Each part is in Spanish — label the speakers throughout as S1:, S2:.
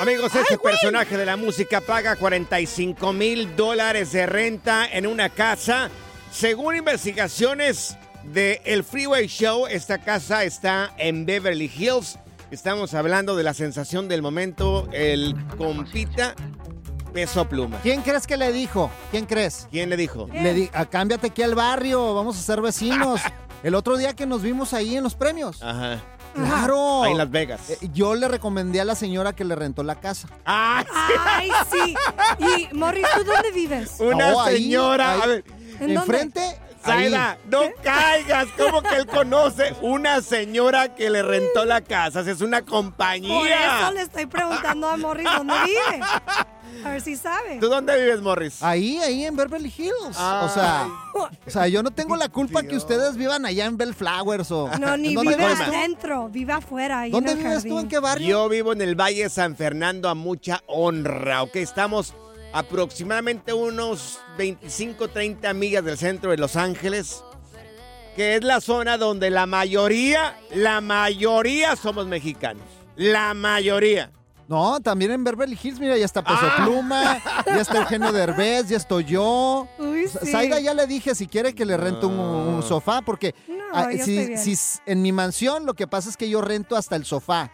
S1: Amigos, este personaje de la música paga 45 mil dólares de renta en una casa. Según investigaciones de El Freeway Show, esta casa está en Beverly Hills. Estamos hablando de la sensación del momento, el compita peso pluma.
S2: ¿Quién crees que le dijo? ¿Quién crees?
S1: ¿Quién le dijo?
S2: Le di, "Ah, cámbiate aquí al barrio, vamos a ser vecinos. El otro día que nos vimos ahí en los premios.
S1: Ajá.
S2: Ah, Claro.
S1: Ahí en Las Vegas.
S2: Eh, Yo le recomendé a la señora que le rentó la casa.
S1: ¡Ah!
S3: Ay, sí. Y, Morris, ¿tú dónde vives?
S1: Una
S2: No, ahí,
S1: señora.
S2: ahí.
S1: A ver,
S3: ¿En dónde?
S2: Enfrente. ahí.
S1: Zaida, no caigas. ¿Cómo que él conoce una señora que le rentó la casa? Si es una
S3: Por eso
S1: compañía.
S3: le estoy preguntando a Morris dónde vive. A ver si sabe.
S1: ¿Tú dónde vives, Morris?
S2: Ahí, ahí en Beverly Hills. O sea, o sea, yo no tengo la culpa que ustedes vivan allá en Bellflowers o.
S3: No, ni
S2: ¿En dónde
S3: vive
S2: vives tú?
S3: adentro, vive afuera. ahí
S2: ¿Dónde
S3: en el
S2: vives tú? ¿En
S3: jardín.
S2: qué barrio?
S1: Yo vivo en el Valle de San Fernando a mucha honra, ¿ok? Estamos aproximadamente unos 25, 30 millas del centro de Los Ángeles, que es la zona donde la mayoría, la mayoría somos mexicanos. La mayoría.
S2: No, también en Beverly Hills, mira, ya está Peso
S1: Ah.
S2: Pluma, ya está Eugenio Derbez, ya estoy yo.
S3: Uy, sí.
S2: Zaida ya le dije si quiere que le rente un,
S1: Ah.
S2: un sofá, porque
S3: No,
S2: ah,
S3: yo estoy
S2: si,
S3: bien.
S2: si s- en mi mansión lo que pasa es que yo rento hasta el sofá.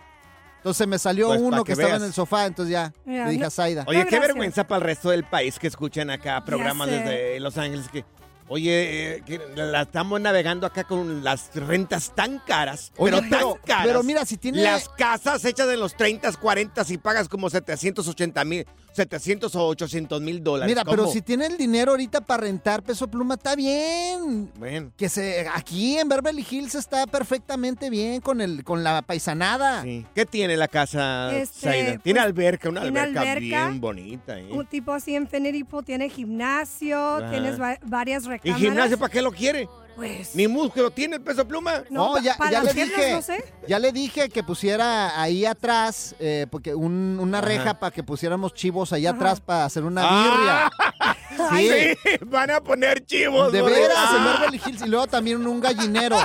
S2: Entonces me salió
S1: Pues, pa'
S2: uno
S1: que
S2: que, estaba
S1: veas.
S2: en el sofá, entonces ya
S3: Mira,
S2: le dije
S3: no-
S2: a Zaida.
S1: Oye,
S3: No,
S1: qué
S3: gracias.
S1: vergüenza para el resto del país que escuchan acá programas
S3: sé.
S1: desde Los Ángeles que, oye, eh, que la la estamos navegando acá con las rentas tan caras,
S2: Oye,
S1: pero,
S2: pero-
S1: tan caras.
S2: pero mira, si tiene-
S1: Las casas hechas en los 30, 40 y pagas como 780 mil, 700 o 800 mil dólares.
S2: Mira, pero
S1: ¿Cómo?
S2: si tiene el dinero ahorita para rentar Peso Pluma, está bien.
S1: Bueno,
S2: que se aquí en Beverly Hills está perfectamente bien con el con la paisanada.
S1: sí. ¿Qué tiene la casa,
S3: Este,
S1: Zaida? Tiene
S3: pues,
S1: alberca, una
S3: tiene
S1: alberca,
S3: alberca.
S1: bien bonita. ¿eh?
S3: Un tipo así Infinity Pool tiene gimnasio,
S1: Ajá.
S3: tienes va- varias
S1: ¿Y
S3: recámaras.
S1: gimnasio para qué lo quiere?
S3: Pues,
S1: Ni músculo tiene el peso pluma.
S3: no,
S2: No, ya,
S3: para
S2: ya le
S3: las piernas,
S2: dije,
S3: no sé.
S2: ya le dije que pusiera ahí atrás, eh, porque un- una reja para que pusiéramos chivos allá atrás para hacer una birria. Sí.
S1: Ah. Ay, sí, van a poner chivos.
S2: De
S1: Morris.
S2: veras, en
S1: Ah.
S2: Beverly Hills y luego también un gallinero.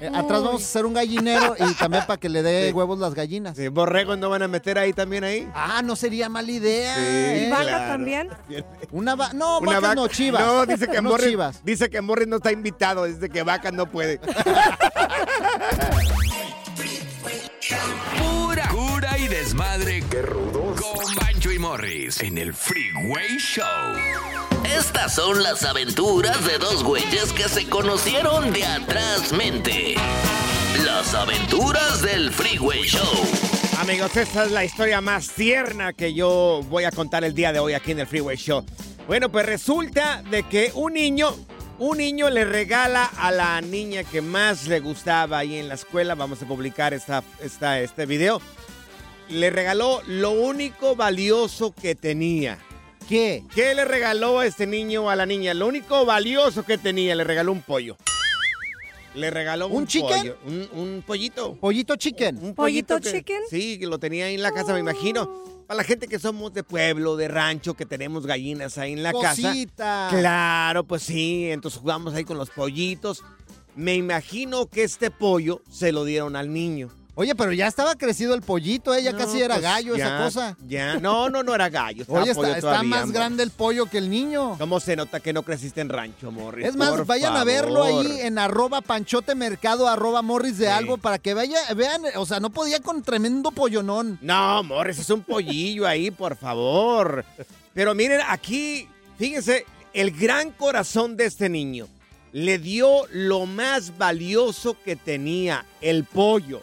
S2: Eh, atrás
S3: Uy.
S2: vamos a hacer un gallinero y también para que le dé
S1: Sí.
S2: huevos las gallinas.
S1: Sí, borregos no van a meter ahí también ahí.
S2: Ah, no sería mala idea.
S1: Sí,
S2: ¿eh?
S3: Vaca
S1: claro.
S3: también.
S2: Una va- no,
S1: Una
S2: vacas
S1: vaca-
S2: no chivas.
S1: No, dice que
S2: No
S1: Morris,
S2: chivas.
S1: dice que Morris no está invitado, dice que Vaca no puede.
S4: Pura cura y desmadre. ¡Qué rudos! Con Bancho y Morris en el Freeway Show.
S5: Estas son las aventuras de dos güeyes que se conocieron de atrás mente. Las aventuras del Freeway Show.
S1: Amigos, esta es la historia más tierna que yo voy a contar el día de hoy aquí en el Freeway Show. Bueno, pues resulta de que un niño, un niño le regala a la niña que más le gustaba ahí en la escuela, vamos a publicar esta, esta, este video, le regaló lo único valioso que tenía.
S2: ¿Qué?
S1: ¿Qué le regaló a este niño o a la niña? Lo único valioso que tenía, le regaló un pollo. Le regaló
S2: ¿Un
S1: un,
S2: chicken?
S1: pollo, un, un pollito.
S2: Pollito chicken.
S1: Un
S3: ¿Pollito
S1: que-
S3: chicken? Oh.
S1: Sí, que lo tenía ahí en la casa, me imagino. Para la gente que somos de pueblo, de rancho, que tenemos gallinas ahí en la casa.
S2: Cosita.
S1: Claro, pues sí. Entonces jugamos ahí con los pollitos. Me imagino que este pollo se lo dieron al niño.
S2: Oye, pero ya estaba crecido el pollito, ¿eh? ya
S1: No,
S2: casi era
S1: pues,
S2: gallo esa
S1: ya,
S2: cosa.
S1: Ya, no, no, no era gallo. estaba
S2: Oye,
S1: pollo
S2: está, está
S1: todavía,
S2: más
S1: amor.
S2: grande el pollo que el niño.
S1: ¿Cómo se nota que no creciste en rancho, Morris?
S2: Es más,
S1: Por
S2: vayan a verlo
S1: favor.
S2: ahí en arroba panchotemercado, arroba morris de
S1: Sí.
S2: algo, para que vaya, vean, o sea, no podía con tremendo pollonón.
S1: No, Morris, es un pollillo ahí, por favor. Pero miren, aquí, fíjense, el gran corazón de este niño le dio lo más valioso que tenía, el pollo.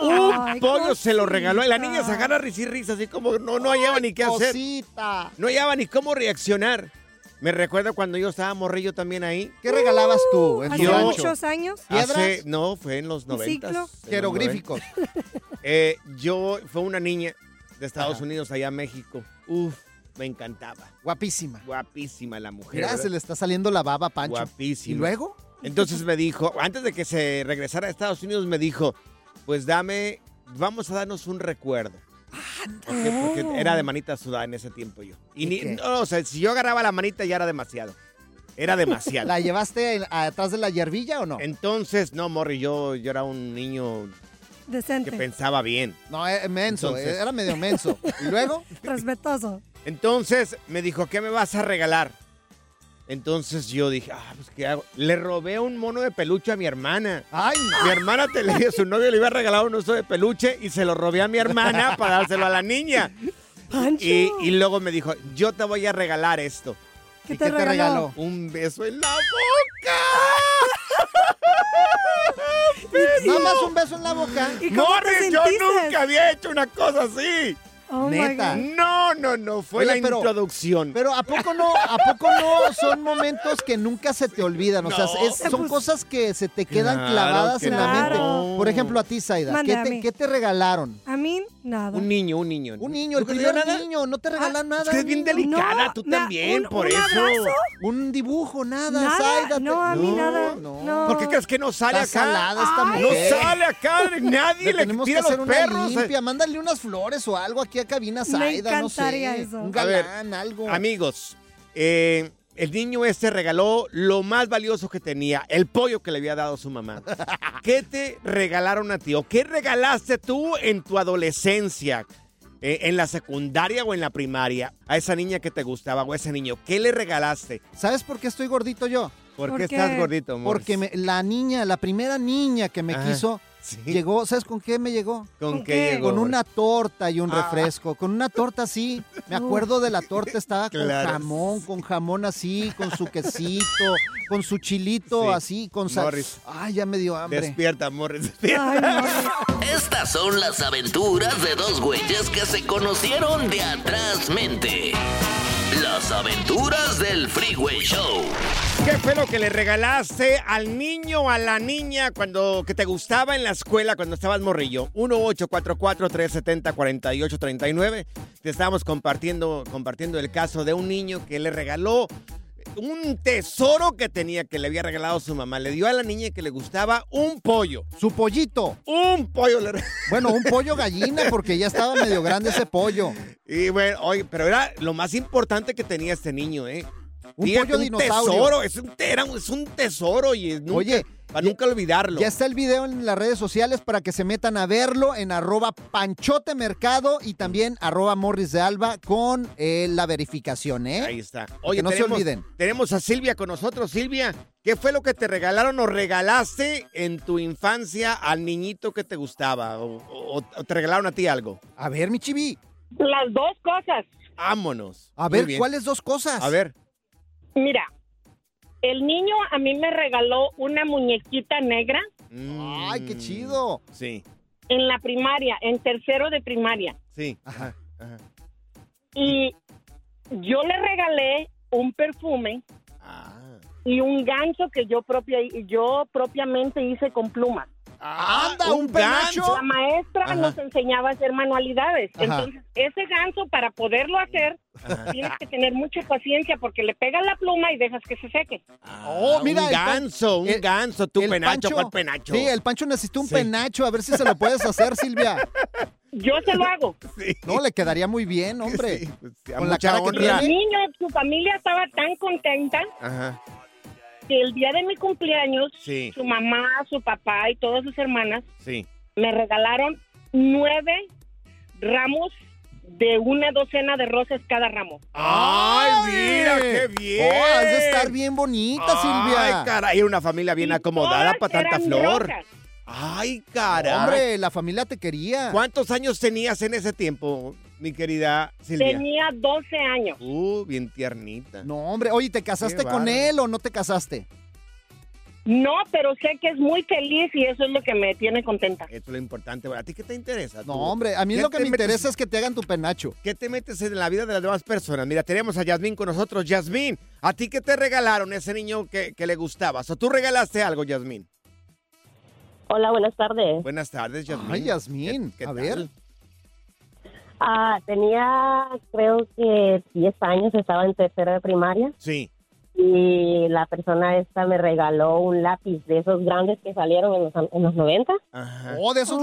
S1: Un
S3: Ay,
S1: pollo se lo
S3: cosita.
S1: regaló. Y la niña se agarra risa y risa, así como no, no hallaba ni qué
S2: pues
S1: hacer.
S2: Cosita.
S1: No hallaba ni cómo reaccionar. Me recuerdo cuando yo estaba morrillo también ahí.
S2: ¿Qué regalabas tú en
S3: Hace
S2: tu
S1: Yo-
S2: rancho?
S3: muchos años.
S2: ¿Piedras?
S1: Hace- no, fue en los
S3: ¿Un ciclo?
S1: noventas. en los
S2: Jeroglíficos.
S1: Eh, yo fue una niña de Estados
S2: Ajá.
S1: Unidos allá a México. Uf, me encantaba.
S2: Guapísima.
S1: Guapísima la mujer.
S2: Mira,
S1: ¿verdad?
S2: se le está saliendo la baba a Pancho.
S1: eh. Guapísima.
S2: ¿Y luego?
S1: Entonces me dijo, antes de que se regresara a Estados Unidos, me dijo, pues dame, vamos a darnos un recuerdo. Porque, porque era de manita sudada en ese tiempo yo. Y,
S2: ¿Y
S1: ni-
S2: qué?
S1: no, o sea, si yo agarraba la manita ya era demasiado. Era demasiado.
S2: ¿La llevaste en- atrás de la yerbilla o no?
S1: Entonces, no, Morri, yo, yo era un niño que
S3: Decente.
S1: pensaba bien.
S2: No, eh, menso,
S1: Entonces-
S2: eh, era medio menso. ¿Y luego?
S3: Respetuoso.
S1: Entonces me dijo, ¿qué me vas a regalar? Entonces yo dije, ah, pues ¿qué hago? Le robé un mono de peluche a mi hermana.
S2: ¡Ay, no!
S1: Mi hermana te le a su novio le iba a regalar un oso de peluche y se lo robé a mi hermana para dárselo a la niña.
S3: Pancho.
S1: Y, y luego me dijo, yo te voy a regalar esto.
S3: ¿Qué
S2: ¿Y
S3: te,
S2: qué te
S3: regaló?
S1: Un beso en la boca.
S2: Nada más un beso en la boca.
S3: ¿Y cómo te
S1: Morris, yo
S3: sentiste?
S1: nunca había hecho una cosa así.
S3: Oh, my
S2: Neta.
S3: God.
S1: No, no, no, fue
S2: Oye,
S1: la
S2: pero-
S1: introducción.
S2: Pero ¿a poco no? ¿A poco no son momentos que nunca se te olvidan? O sea,
S1: No.
S2: es- son
S3: Pues-
S2: cosas que se te quedan
S1: Claro
S2: clavadas
S1: que
S2: en la mente.
S1: no.
S2: Por ejemplo, a ti, Zaida,
S3: Mande
S2: ¿qué
S3: a
S2: te,
S3: mí.
S2: qué te regalaron?
S3: A mí, nada.
S1: Un niño, un niño.
S2: Un niño, el
S1: ¿Nunca te dio
S2: primer niño, no te regalan
S3: Ah,
S2: nada.
S1: Es que es bien
S2: niño.
S1: delicada,
S3: No,
S1: tú
S3: me-
S1: también,
S3: un-
S1: por
S3: un
S1: eso.
S3: abrazo.
S2: Un dibujo, nada,
S3: Nada,
S2: Zaida. te-
S3: no, a mí nada, no.
S1: ¿Por qué crees que no sale
S2: Está
S1: acá?
S2: salada
S1: no
S2: esta mujer.
S1: sale acá, nadie
S2: Le
S1: le,
S2: tenemos que
S1: tira los
S2: hacer una
S1: perros. eh.
S2: limpia. Mándale unas flores o algo aquí a cabina Zaida, no
S3: encantaría
S2: sé.
S3: eso.
S2: Un
S1: A ver,
S2: galán, algo.
S1: Amigos, eh, el niño este regaló lo más valioso que tenía, el pollo que le había dado su mamá. ¿Qué te regalaron a ti o qué regalaste tú en tu adolescencia? eh, en la secundaria o en la primaria, a esa niña que te gustaba o a ese niño, ¿qué le regalaste?
S2: ¿Sabes por qué estoy gordito yo?
S1: ¿Por,
S3: ¿Por
S1: qué,
S3: qué?
S1: estás gordito, amor?
S2: Porque me- la niña, la primera niña que me
S1: Ajá.
S2: quiso, llegó, ¿sabes con qué me llegó?
S1: ¿Con
S3: ¿Con
S1: qué
S3: qué?
S1: llegó?
S2: Con una torta y un
S1: Ah.
S2: refresco. Con una torta así. Me
S3: Uf.
S2: acuerdo de la torta, estaba con
S1: Claro.
S2: jamón, con jamón así, con su quesito, con su chilito
S1: Sí.
S2: así, con sal.
S1: Morris.
S2: Ay, ya me dio hambre.
S1: Despierta, amor, despierta.
S3: Ay, no.
S5: Estas son las aventuras de dos güeyes que se conocieron de atrás mente. Las aventuras del Freeway Show.
S1: ¿Qué fue lo que le regalaste al niño o a la niña cuando que te gustaba en la escuela cuando estabas morrillo? 1-844-370-4839. Te estábamos compartiendo, compartiendo el caso de un niño que le regaló un tesoro que tenía, que le había regalado su mamá. Le dio a la niña que le gustaba un pollo.
S2: Su pollito.
S1: Un pollo le re-
S2: Bueno, un pollo gallina, porque ya estaba medio grande ese pollo.
S1: Y bueno, oye, pero era lo más importante que tenía este niño, ¿eh?
S2: Un
S1: Fíjate,
S2: pollo dinosaurio.
S1: tesoro, es un, te- era un- es un tesoro y es nunca,
S2: Oye,
S1: para nunca olvidarlo.
S2: Ya está el video en las redes sociales para que se metan a verlo en arroba panchotemercado y también arroba morris de alba con eh, la verificación, ¿eh?
S1: Ahí está. Oye,
S2: no se
S1: tenemos,
S2: olviden.
S1: Tenemos a Silvia con nosotros. Silvia, ¿qué fue lo que te regalaron o regalaste en tu infancia al niñito que te gustaba? ¿O, o- o te regalaron a ti algo?
S2: A ver, mi chibi.
S6: Las dos cosas.
S1: Vámonos.
S2: A
S1: Muy
S2: ver,
S1: bien.
S2: ¿cuáles dos cosas?
S1: A ver.
S6: Mira, el niño a mí me regaló una muñequita negra
S2: Ay, qué
S1: Mm,
S2: chido.
S1: Sí,
S6: en la primaria, en tercero de primaria.
S1: sí.
S2: Ajá.
S1: ajá.
S6: Y yo le regalé un perfume
S1: Ah,
S6: y un gancho que yo, propia, yo propiamente hice con plumas.
S2: Ah,
S1: Ah,
S2: Anda, un penacho.
S6: La maestra
S2: Ajá.
S6: nos enseñaba a hacer manualidades.
S2: Ajá.
S6: Entonces, ese ganso, para poderlo hacer, tienes que tener mucha paciencia porque le pegas la pluma y dejas que se seque.
S2: Oh, mira,
S1: Ah, un
S2: el pan-
S1: ganso, un
S2: el-
S1: ganso, tu
S2: el
S1: penacho, ¿cuál penacho?
S2: Sí, el Pancho necesita un
S1: Sí.
S2: penacho. A ver si se lo puedes hacer, Silvia.
S6: Yo se lo hago.
S2: No, le quedaría muy bien, hombre.
S1: Sí, pues, a
S2: Con la
S1: mucha
S2: cara que
S1: honra.
S6: Y el
S2: tiene.
S6: niño, su familia estaba tan contenta
S1: Ajá.
S6: que el día de mi cumpleaños,
S1: Sí.
S6: su mamá, su papá y todas sus hermanas
S1: Sí.
S6: me regalaron nueve ramos de una docena de rosas cada ramo.
S1: ¡Ay, mira, qué bien!
S2: Oh, has de estar bien bonita, Silvia.
S1: ¡Ay, caray! Era una familia bien
S6: Y
S1: acomodada
S6: todas
S1: para tanta
S6: eran
S1: flor.
S6: rojas.
S1: ¡Ay, caray!
S2: Hombre, la familia te quería.
S1: ¿Cuántos años tenías en ese tiempo, mi querida Silvia?
S6: Tenía 12 años.
S1: Uh, bien tiernita.
S2: No, hombre, oye, ¿te casaste con
S1: bárbaro.
S2: él o no te casaste?
S6: No, pero sé que es muy feliz y eso es lo que me tiene contenta.
S1: Esto es lo importante. ¿A ti qué te interesa?
S2: No,
S1: tú?
S2: hombre, a mí
S1: ¿Qué
S2: lo que
S1: te
S2: me
S1: metes-
S2: interesa es que te hagan tu penacho.
S1: ¿Qué te metes en la vida de las demás personas? Mira, tenemos a Yasmín con nosotros. Yasmín, ¿a ti qué te regalaron ese niño que, que le gustabas? ¿O tú regalaste algo, Yasmín?
S7: Hola, buenas tardes.
S1: Buenas tardes, Yasmín.
S2: Ay, Yasmín,
S1: ¿Qué- qué
S2: a
S1: tal?
S2: ver.
S7: Ah, tenía creo que 10 años, estaba en tercero de primaria
S1: Sí.
S7: y la persona esta me regaló un lápiz de esos grandes que salieron en los, en los 90.
S1: Ajá.
S2: Oh, de esos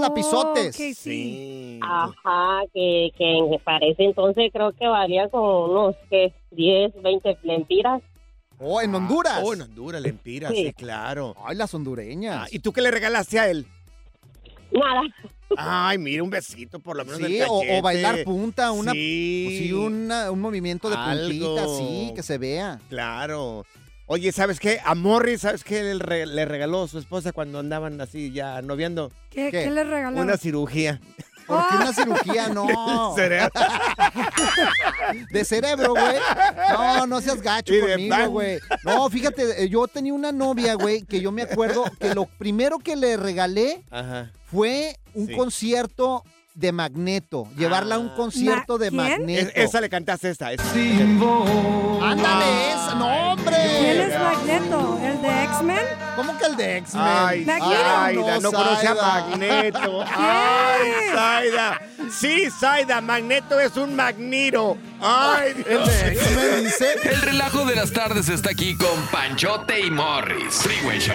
S3: Ok,
S2: lapizotes.
S3: sí.
S1: Sí. Ah.
S7: Ajá, que, que parece entonces creo que valía como unos ¿qué? 10, 20 lempiras.
S2: Oh, en Honduras.
S1: Oh, en Honduras, Lempira, sí,
S7: Sí.
S1: claro.
S2: Ay, las hondureñas.
S1: Ah, ¿Y tú qué le regalaste a él?
S7: Nada,
S1: Ay, mira, un besito por lo menos.
S2: sí,
S1: del
S2: o,
S1: cachete.
S2: o bailar punta, una,
S1: Sí.
S2: sí, una- un movimiento de puntita,
S1: Algo.
S2: sí, que se vea.
S1: Claro. Oye, ¿sabes qué? A Morris, ¿sabes qué le, re- le regaló su esposa cuando andaban así ya noviando?
S3: ¿Qué,
S2: ¿Qué?
S3: ¿Qué le Ah, regalaron?
S1: Una cirugía.
S2: Porque una cirugía, no.
S1: Cerebro.
S2: De cerebro, güey. No, no seas gacho
S1: Y de pan.
S2: conmigo, güey. No, fíjate, eh, yo tenía una novia, güey, que yo me acuerdo que lo primero que le regalé
S1: Ajá.
S2: fue un
S1: Sí.
S2: concierto de Magneto. Llevarla a un
S1: Ah.
S2: concierto
S3: Ma-
S2: de
S3: ¿quién?
S2: Magneto.
S1: Es- esa le cantaste esta. esa.
S2: Ándale, esa. No, hombre.
S3: ¿Quién es Magneto? ¿El de X-Men?
S2: ¿Cómo que el de X-Men?
S1: Ay,
S3: Magneto.
S1: Zaida, no conoce a
S2: Zaida.
S1: Magneto. Ay, Zaida. Sí, Zaida, Magneto es un magniro. Ay, Dios.
S2: X-Men dice.
S4: El relajo de las tardes está aquí con Panchote y Morris. Freeway Show.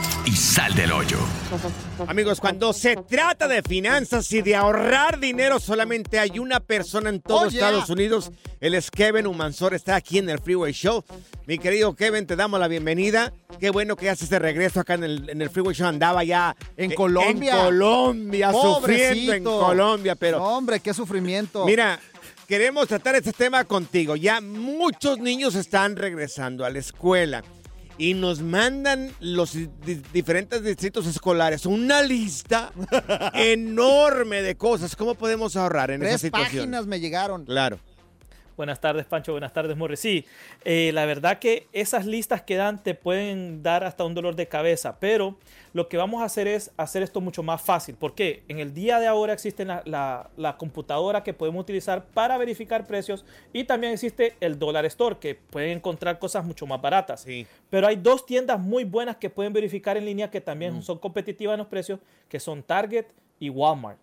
S4: y sal del hoyo.
S1: Amigos, cuando se trata de finanzas y de ahorrar dinero, solamente hay una persona en todo
S2: Oh, yeah.
S1: Estados Unidos. Él es Kevin Humansor, está aquí en el Freeway Show. Mi querido Kevin, te damos la bienvenida. Qué bueno que haces de regreso acá en el, en el Freeway Show. Andaba ya
S2: En
S1: eh,
S2: Colombia.
S1: En Colombia, sufriendo
S2: Pobrecito.
S1: en Colombia, pero
S2: No, hombre, qué sufrimiento.
S1: Mira, queremos tratar este tema contigo. Ya muchos niños están regresando a la escuela y nos mandan los di- di- diferentes distritos escolares una lista enorme de cosas. ¿Cómo podemos ahorrar en esa
S2: tres
S1: situación?
S2: páginas me llegaron.
S1: Claro.
S8: Buenas tardes, Pancho. Buenas tardes, Morris. Sí, eh, la verdad que esas listas que dan te pueden dar hasta un dolor de cabeza, pero lo que vamos a hacer es hacer esto mucho más fácil. porque En el día de ahora existe la, la- la computadora que podemos utilizar para verificar precios y también existe el Dollar Store, que pueden encontrar cosas mucho más baratas. Pero hay dos tiendas muy buenas que pueden verificar en línea que también son competitivas en los precios, que son Target y Walmart.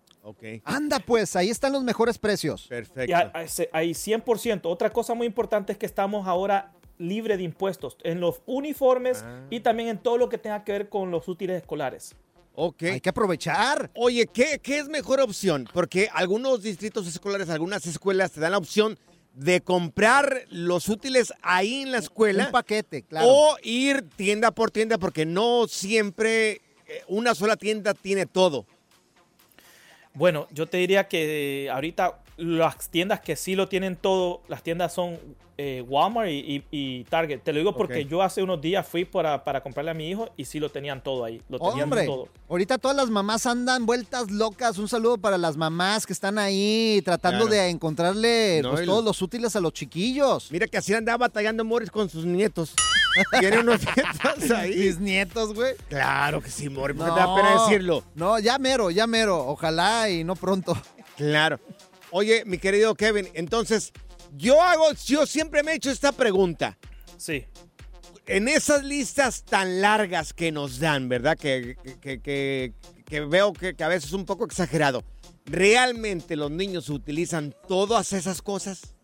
S2: Anda pues, ahí están los mejores precios.
S1: Perfecto. Ah,
S8: Y a- a- se- Hay 100%. Otra cosa muy importante es que estamos ahora libre de impuestos en los uniformes y también en todo lo que tenga que ver con los útiles escolares.
S1: Ok. Hay
S2: que aprovechar.
S1: Oye, ¿qué, qué es mejor opción? Porque algunos distritos escolares, algunas escuelas te dan la opción de comprar los útiles ahí en la escuela. Oh,
S2: Un paquete, claro.
S1: O ir tienda por tienda, porque no siempre eh, una sola tienda tiene todo.
S8: Bueno, yo te diría que eh, ahorita las tiendas que sí lo tienen todo, las tiendas son eh, Walmart y, y- y Target. Te lo digo porque
S2: Ok.
S8: yo hace unos días fui para, para comprarle a mi hijo y sí lo tenían todo ahí. Lo tenían
S2: Hombre,
S8: todo.
S2: ahorita todas las mamás andan vueltas locas. Un saludo para las mamás que están ahí tratando
S1: Claro.
S2: de encontrarle
S1: No,
S2: pues,
S1: y-
S2: todos los útiles a los chiquillos.
S1: Mira que así andaba batallando Morris con sus nietos. Tiene unos nietos ahí.
S2: Mis nietos, güey.
S1: Claro que sí, Morris, porque te da pena decirlo.
S2: No, ya mero, ya mero. Ojalá y no pronto.
S1: Claro. Oye, mi querido Kevin, entonces, yo hago, yo siempre me he hecho esta pregunta.
S8: Sí.
S1: En esas listas tan largas que nos dan, ¿verdad? Que, que- que- que- que veo que, que a veces es un poco exagerado. ¿Realmente los niños utilizan todas esas cosas?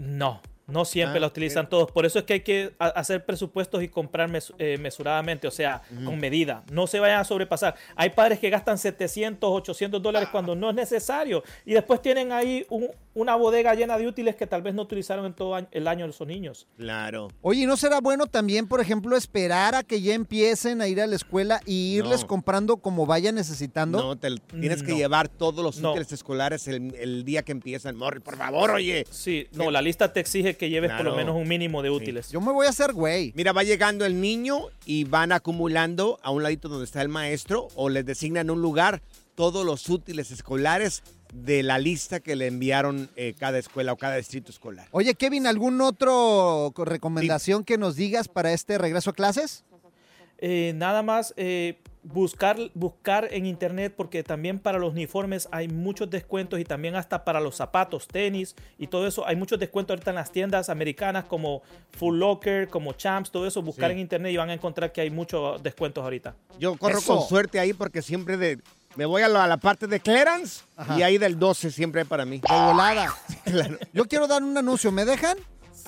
S8: No, no siempre
S1: Ah,
S8: la utilizan todos. Por eso es que hay que a- hacer presupuestos y comprar mes- eh, mesuradamente, o sea,
S1: Ujú.
S8: con medida. No se vayan a sobrepasar. Hay padres que gastan 700, 800 dólares cuando no es necesario. Y después tienen ahí un- una bodega llena de útiles que tal vez no utilizaron en todo año- el año de esos niños.
S1: Claro.
S2: Oye, ¿y ¿no será bueno también, por ejemplo, esperar a que ya empiecen a ir a la escuela y irles
S1: No.
S2: comprando como vayan necesitando?
S1: No, te- tienes que
S2: No.
S1: llevar todos los
S2: No.
S1: útiles escolares el, el día que empiezan. Morris, por favor, oye.
S8: Sí, no, la lista te exige que lleves por
S1: Claro.
S8: lo menos un mínimo de útiles.
S2: Yo me voy a hacer güey.
S1: Mira, va llegando el niño y van acumulando a un ladito donde está el maestro o les designan un lugar todos los útiles escolares de la lista que le enviaron eh, cada escuela o cada distrito escolar.
S2: Oye, Kevin, ¿algún otro co- recomendación que nos digas para este regreso a clases?
S8: Eh, nada más eh, buscar, buscar en internet porque también para los uniformes hay muchos descuentos y también hasta para los zapatos, tenis y todo eso. Hay muchos descuentos ahorita en las tiendas americanas como Full Locker, como Champs, todo eso. Buscar
S1: Sí.
S8: en internet y van a encontrar que hay muchos descuentos ahorita.
S1: Yo corro
S8: Eso.
S1: con suerte ahí porque siempre de, me voy a la, a la parte de clearance
S2: Ajá.
S1: y ahí del 12 siempre hay para mí.
S2: De volada. Yo quiero dar un anuncio, ¿me dejan?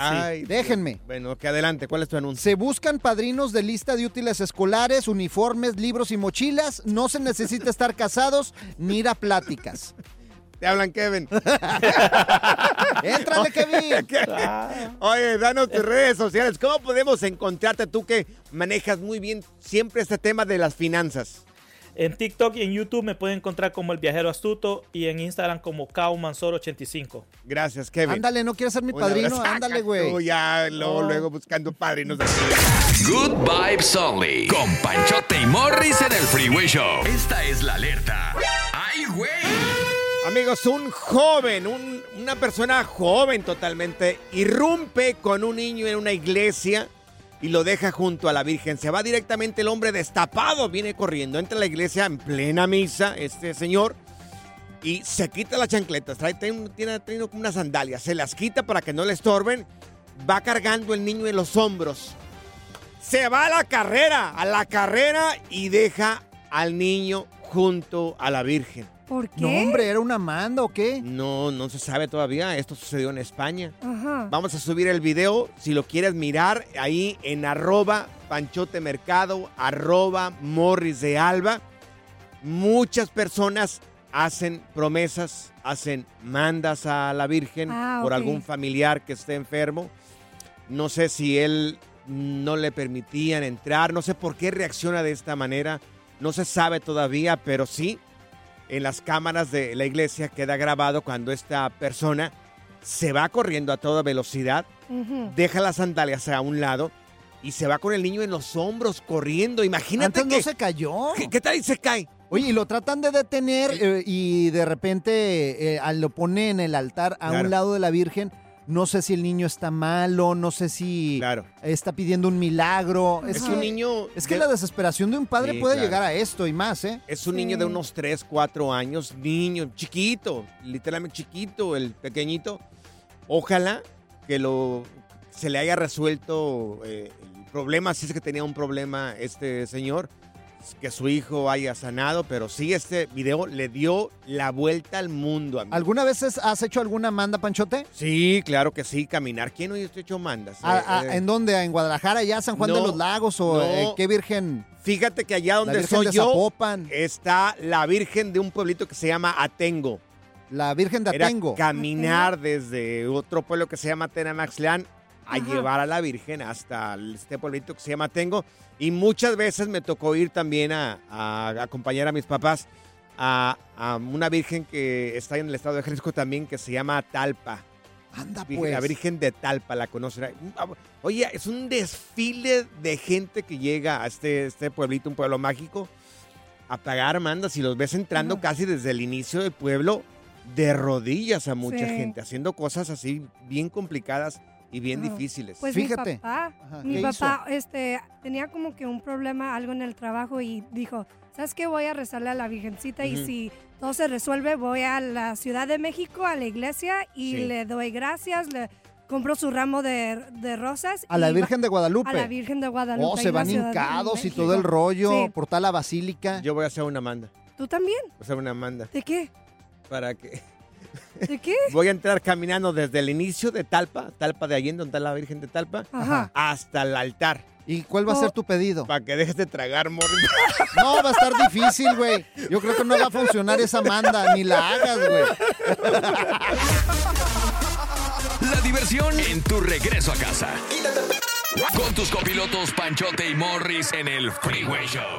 S1: Ay,
S2: déjenme.
S1: Bueno, que adelante, ¿cuál es tu anuncio?
S2: Se buscan padrinos de lista de útiles escolares, uniformes, libros y mochilas. No se necesita estar casados ni ir a pláticas.
S1: Te hablan, Kevin.
S2: ¡Éntrale, Kevin!
S1: Oye, danos tus redes sociales. ¿Cómo podemos encontrarte tú que manejas muy bien siempre este tema de las finanzas?
S8: En TikTok y en YouTube me pueden encontrar como El Viajero Astuto y en Instagram como KauMansor85.
S1: Gracias, Kevin.
S2: Ándale, no quieres ser mi padrino, ándale, güey.
S1: Tú ya, luego, luego buscando padrinos. de
S4: Good vibes only. Con Panchote y Morris en el Freeway Show. Esta es la alerta. ¡Ay, güey!
S1: Amigos, un joven, un- una persona joven totalmente, irrumpe con un niño en una iglesia y lo deja junto a la Virgen. Se va directamente el hombre destapado, viene corriendo, entra a la iglesia en plena misa, este señor, y se quita las chancletas, trae, tiene, tiene- tiene como unas sandalias, se las quita para que no le estorben, va cargando el niño en los hombros. Se va a la carrera, a la carrera y deja al niño junto a la Virgen.
S3: ¿Por qué?
S2: No, hombre, ¿era una manda o qué?
S1: No, no se sabe todavía. Esto sucedió en España.
S3: Ajá.
S1: Vamos a subir el video. Si lo quieres mirar, ahí en arroba panchotemercado, arroba morris de alba. Muchas personas hacen promesas, hacen mandas a la Virgen
S3: Ah,
S1: por
S3: ok.
S1: algún familiar que esté enfermo. No sé si él no le permitían entrar, no sé por qué reacciona de esta manera, no se sabe todavía, pero sí, en las cámaras de la iglesia queda grabado cuando esta persona se va corriendo a toda velocidad,
S2: Mm.
S3: Ujú.
S1: deja las sandalias a un lado y se va con el niño en los hombros corriendo. Imagínate
S2: Antes
S1: que,
S2: no se cayó.
S1: ¿qué, qué tal y se cae?
S2: Oye, y lo tratan de detener eh, y de repente eh, al- lo pone en el altar a
S1: Claro.
S2: un lado de la Virgen. No sé si el niño está malo, no sé si está pidiendo un milagro.
S1: Es que un niño
S2: Es que
S1: de-
S2: la desesperación de un padre
S1: Sí,
S2: puede
S1: claro.
S2: llegar a esto y más, ¿eh?
S1: Es un niño de unos 3, 4 años, niño, chiquito, literalmente chiquito, el pequeñito. Ojalá que lo se le haya resuelto eh, el problema, si es que tenía un problema este señor, que su hijo haya sanado, pero sí, este video le dio la vuelta al mundo. Amigo.
S2: ¿Alguna vez es- has hecho alguna manda, Panchote?
S1: Sí, claro que sí, caminar. ¿Quién hoy te hecho mandas?
S2: ¿A- a-
S1: Eh, eh,
S2: ¿En dónde? ¿En Guadalajara, ya San Juan de
S1: No,
S2: los Lagos o
S1: no.
S2: eh, qué virgen?
S1: Fíjate que allá donde
S2: Virgen
S1: soy
S2: de
S1: yo Eh,
S2: Zapopan.
S1: está la Virgen de un pueblito que se llama Atengo.
S2: La Virgen de
S1: Era
S2: Atengo.
S1: caminar desde otro pueblo que se llama Tenamaxlán a llevar a la Virgen hasta este pueblito que se llama Atengo. Y muchas veces me tocó ir también a, a acompañar a mis papás a, a una Virgen que está en el estado de Jalisco también que se llama Talpa.
S2: Anda
S1: Virgen-
S2: pues.
S1: La Virgen de Talpa la conocerá. Oye, es un desfile de gente que llega a este, este pueblito, un pueblo mágico, a pagar mandas y los ves entrando casi desde el inicio del pueblo de rodillas a mucha
S3: Sí.
S1: gente, haciendo cosas así bien complicadas y bien difíciles.
S3: Pues mi papá,
S1: Ajá,
S3: mi
S1: ¿qué
S3: papá este, tenía como que un problema, algo en el trabajo y dijo, ¿sabes qué? Voy a rezarle a la Virgencita y
S9: Ujú.
S3: si todo se resuelve voy a la Ciudad de México, a la iglesia y
S2: Sí.
S3: le doy gracias, le compro su ramo de, de rosas.
S2: A la
S3: y va-
S2: Virgen de Guadalupe.
S3: A la Virgen de Guadalupe.
S2: Oh,
S3: ahí
S2: se
S3: en la
S2: van
S3: Ciudad de
S2: hincados y
S3: México.
S2: todo el rollo,
S3: Sí.
S2: portal la basílica.
S1: Yo voy a hacer una manda.
S3: ¿Tú también?
S1: Voy a hacer una manda.
S3: ¿De qué?
S1: Para que.
S3: ¿De qué?
S1: Voy a entrar caminando desde el inicio de Talpa, Talpa de Allende, donde está la Virgen de Talpa,
S3: Ajá.
S1: hasta el altar.
S2: ¿Y cuál va a ser tu pedido?
S1: Para que dejes de tragar, morro.
S2: No, va a estar difícil, güey. Yo creo que no va a funcionar esa manda, ni la hagas, güey.
S4: La diversión en tu regreso a casa. Con tus copilotos Panchote y Morris en el Freeway Show.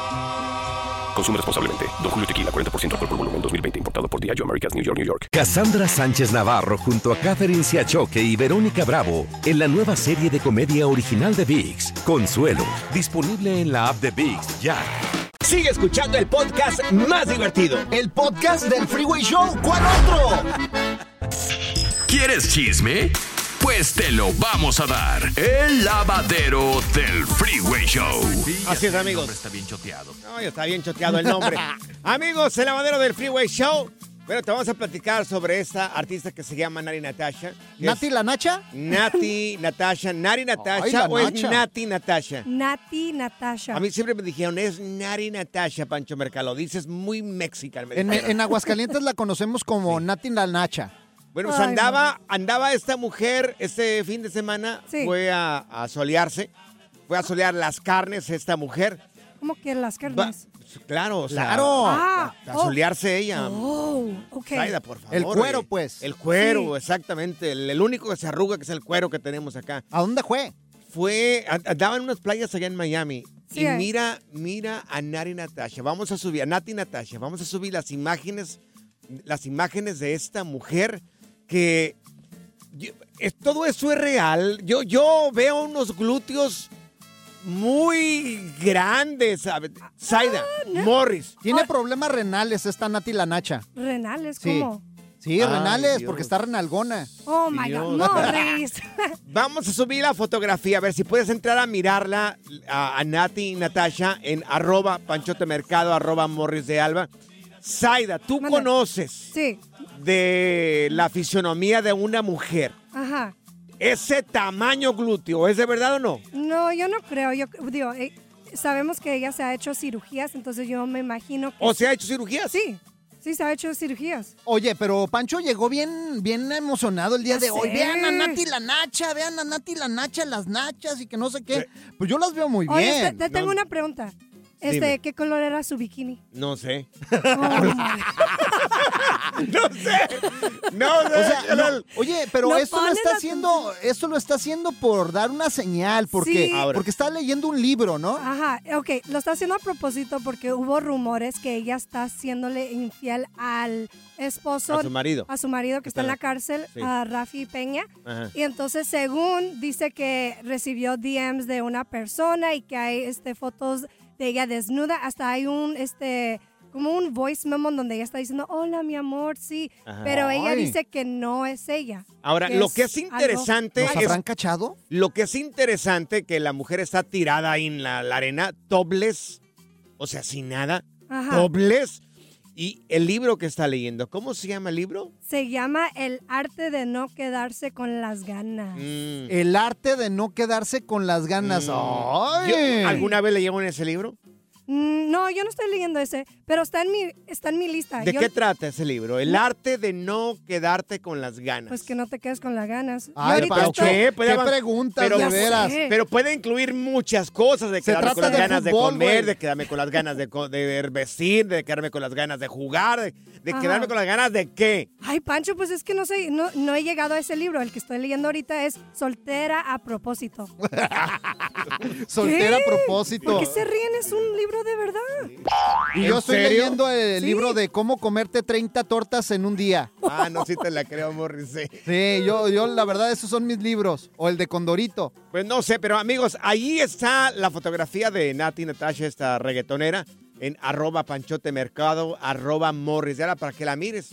S10: Consume responsablemente. Don Julio Tequila, 40% alcohol por volumen, 2020. Importado por Diageo Americas, New York, New York.
S11: Cassandra Sánchez Navarro junto a Catherine Siachoque y Verónica Bravo en la nueva serie de comedia original de VIX, Consuelo, disponible en la app de VIX ya.
S12: Sigue escuchando el podcast más divertido. El podcast del Freeway Show. ¿Cuál otro?
S4: ¿Quieres chisme? Pues te lo vamos a dar. El lavadero del Freeway Show.
S1: Así es, amigos.
S4: Está bien choteado.
S1: Ay, está bien choteado el nombre. Amigos, el lavadero del Freeway Show. Bueno, te vamos a platicar sobre esta artista que se llama Nari Natasha. que
S2: ¿Nati
S1: es
S2: la Nacha?
S1: Nati Natasha, Nari
S2: Ay, la
S1: Natasha o es
S2: Nacha.
S1: Nati Natasha.
S3: Nati Natasha.
S1: A mí siempre me dijeron, es Nari Natasha, Pancho Mercado. Dices muy mexicano. me
S2: En,
S1: dijeron.
S2: en Aguascalientes la conocemos como Nati la Nacha.
S1: Bueno, pues
S2: Ay,
S1: andaba, andaba esta mujer este fin de semana. Fue a, a solearse. Fue a solear las carnes esta mujer.
S3: ¿Cómo que las
S1: Va-
S3: carnes?
S1: claro, o sea,
S2: Claro.
S3: Ah,
S1: a, a
S3: oh.
S1: solearse ella.
S3: Oh, ok.
S1: Zaida, por favor.
S2: El cuero,
S1: eh.
S2: pues.
S1: El cuero,
S2: Sí.
S1: exactamente. El, el único que se arruga, que es el cuero que tenemos acá.
S2: ¿A dónde fue?
S1: Fue, a- andaba en unas playas allá en Miami.
S2: Sí,
S1: y
S2: eh.
S1: mira, mira a Nari Natasha. Vamos a subir, a Nati Natasha, vamos a subir las imágenes, las imágenes de esta mujer que yo- es- todo eso es real. Yo, yo veo unos glúteos muy grandes. ¿sabes? Zaida,
S2: Ah,
S1: Morris.
S2: Tiene problemas renales esta Nati la Nacha.
S3: Renales,
S2: Sí.
S3: ¿cómo?
S2: Sí,
S1: Ay,
S2: renales,
S1: Dios.
S2: porque está renalgona.
S3: Oh, my God.
S1: Dios.
S3: No, Riz.
S1: Vamos a subir la fotografía, a ver si puedes entrar a mirarla a, a Nati y Natasha en arroba panchotemercado, arroba morris de alba. Zaida, tú conoces
S3: Sí.
S1: de la fisionomía de una mujer.
S3: Ajá.
S1: Ese tamaño glúteo, ¿es de verdad o no?
S3: No, yo no creo. Yo digo, eh, sabemos que ella se ha hecho cirugías, entonces yo me imagino que.
S1: ¿O se ha hecho cirugías?
S3: Sí. Sí, se ha hecho cirugías.
S2: Oye, pero Pancho llegó bien, bien emocionado el día
S3: Ya
S2: de hoy.
S3: sé.
S2: Vean a Nati la Nacha, vean a Nati la Nacha, las Nachas y que no sé qué. Pues yo las veo muy bien.
S3: Oye, te, te tengo una pregunta. Este,
S2: Dime.
S3: ¿qué color era su bikini? Oh,
S1: No sé.
S2: No,
S1: no, no.
S2: Oye, pero
S3: No
S2: esto lo
S3: ponen
S2: está
S3: atención.
S2: haciendo, esto lo está haciendo por dar una señal, porque,
S3: Sí. Ah. Ahora.
S2: porque está leyendo un libro, ¿no?
S3: Ajá, ok, lo está haciendo a propósito porque hubo rumores que ella está haciéndole infiel al esposo.
S1: A su marido.
S3: A su marido que está en la cárcel,
S1: Sí.
S3: a Rafi Peña.
S1: Ajá.
S3: Y entonces, según dice que recibió DMs de una persona y que hay este, fotos de ella desnuda, hasta hay un, este, como un voice memo en donde ella está diciendo, hola, mi amor, sí.
S1: Ajá.
S3: Pero ella
S1: Ay.
S3: dice que no es ella.
S1: Ahora, lo que es
S3: algo-
S1: interesante
S2: ¿Nos
S1: es-
S2: habrán cachado?
S1: Lo que es interesante que la mujer está tirada ahí en la, la arena, tobles, o sea, sin nada,
S2: Ah.
S3: Ajá.
S1: tobles. Y el libro que está leyendo, ¿cómo se llama el libro?
S3: Se llama El arte de no quedarse con las ganas.
S1: Mm.
S2: El arte de no quedarse con las ganas. ¡Ay!
S1: Yo- ¿Alguna vez leyeron ese libro?
S3: Mm, No, yo no estoy leyendo ese, pero está en mi, está en mi
S2: Ah,
S3: lista.
S1: ¿De
S3: Yo-
S1: qué trata ese libro? El arte de no quedarte con las ganas.
S3: Pues que no te quedes con las ganas. Yo
S1: Ay,
S3: ahorita
S1: Pancho,
S3: estoy-
S1: ¿qué? Puede
S2: qué
S1: avan-
S2: preguntas,
S1: pero, pues,
S2: de veras.
S1: Pero puede incluir muchas cosas, de quedarme
S2: trata
S1: con las
S2: de
S1: ganas
S2: fútbol,
S1: de comer,
S2: güey.
S1: de quedarme con las ganas de, co- de vestir, de quedarme con las ganas de jugar, de, de
S3: Ajá.
S1: quedarme con las ganas de qué.
S3: Ay, Pancho, pues es que no sé, no, no he llegado a ese libro. El que estoy leyendo ahorita es Soltera a propósito.
S2: Soltera a
S3: ¿Qué? ¿Por
S2: propósito.
S3: qué se ríen? Es un libro de verdad.
S2: Y yo
S1: ¿En
S2: estoy
S1: serio?
S2: leyendo el
S3: Sí.
S2: libro de cómo comerte 30 tortas en un día.
S1: Ah, no, sí te la creo, Morris. sí.
S2: Sí, yo, yo la verdad, esos son mis libros. O el de Condorito.
S1: Pues no sé, pero amigos, ahí está la fotografía de Nati Natasha, esta reggaetonera, en arroba panchotemercado, arroba morris. Y ahora para que la mires.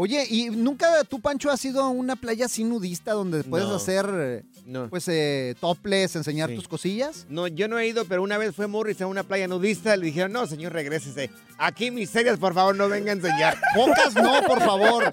S2: Oye, ¿y nunca tú, Pancho, has ido a una playa así nudista donde puedes
S1: No.
S2: hacer, eh,
S1: No.
S2: pues, eh, toples, enseñar tus cosillas?
S1: No, yo no he ido, pero una vez fue Morris a una playa nudista, le dijeron, no, señor, regrésese. Aquí miserias, por favor, no venga a enseñar.
S2: Pocas no, por favor.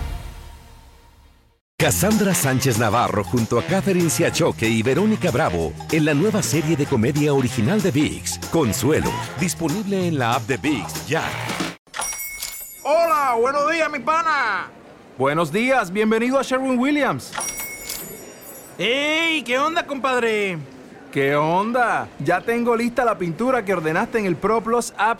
S11: Cassandra Sánchez Navarro junto a Catherine Siachoque y Verónica Bravo en la nueva serie de comedia original de VIX, Consuelo, disponible en la app de VIX ya.
S9: Hola, buenos días, mi pana.
S13: Buenos días, bienvenido a Sherwin Williams.
S9: ¡Ey! ¿Qué onda, compadre?
S13: ¿Qué onda? Ya tengo lista la pintura que ordenaste en el ProPlus app.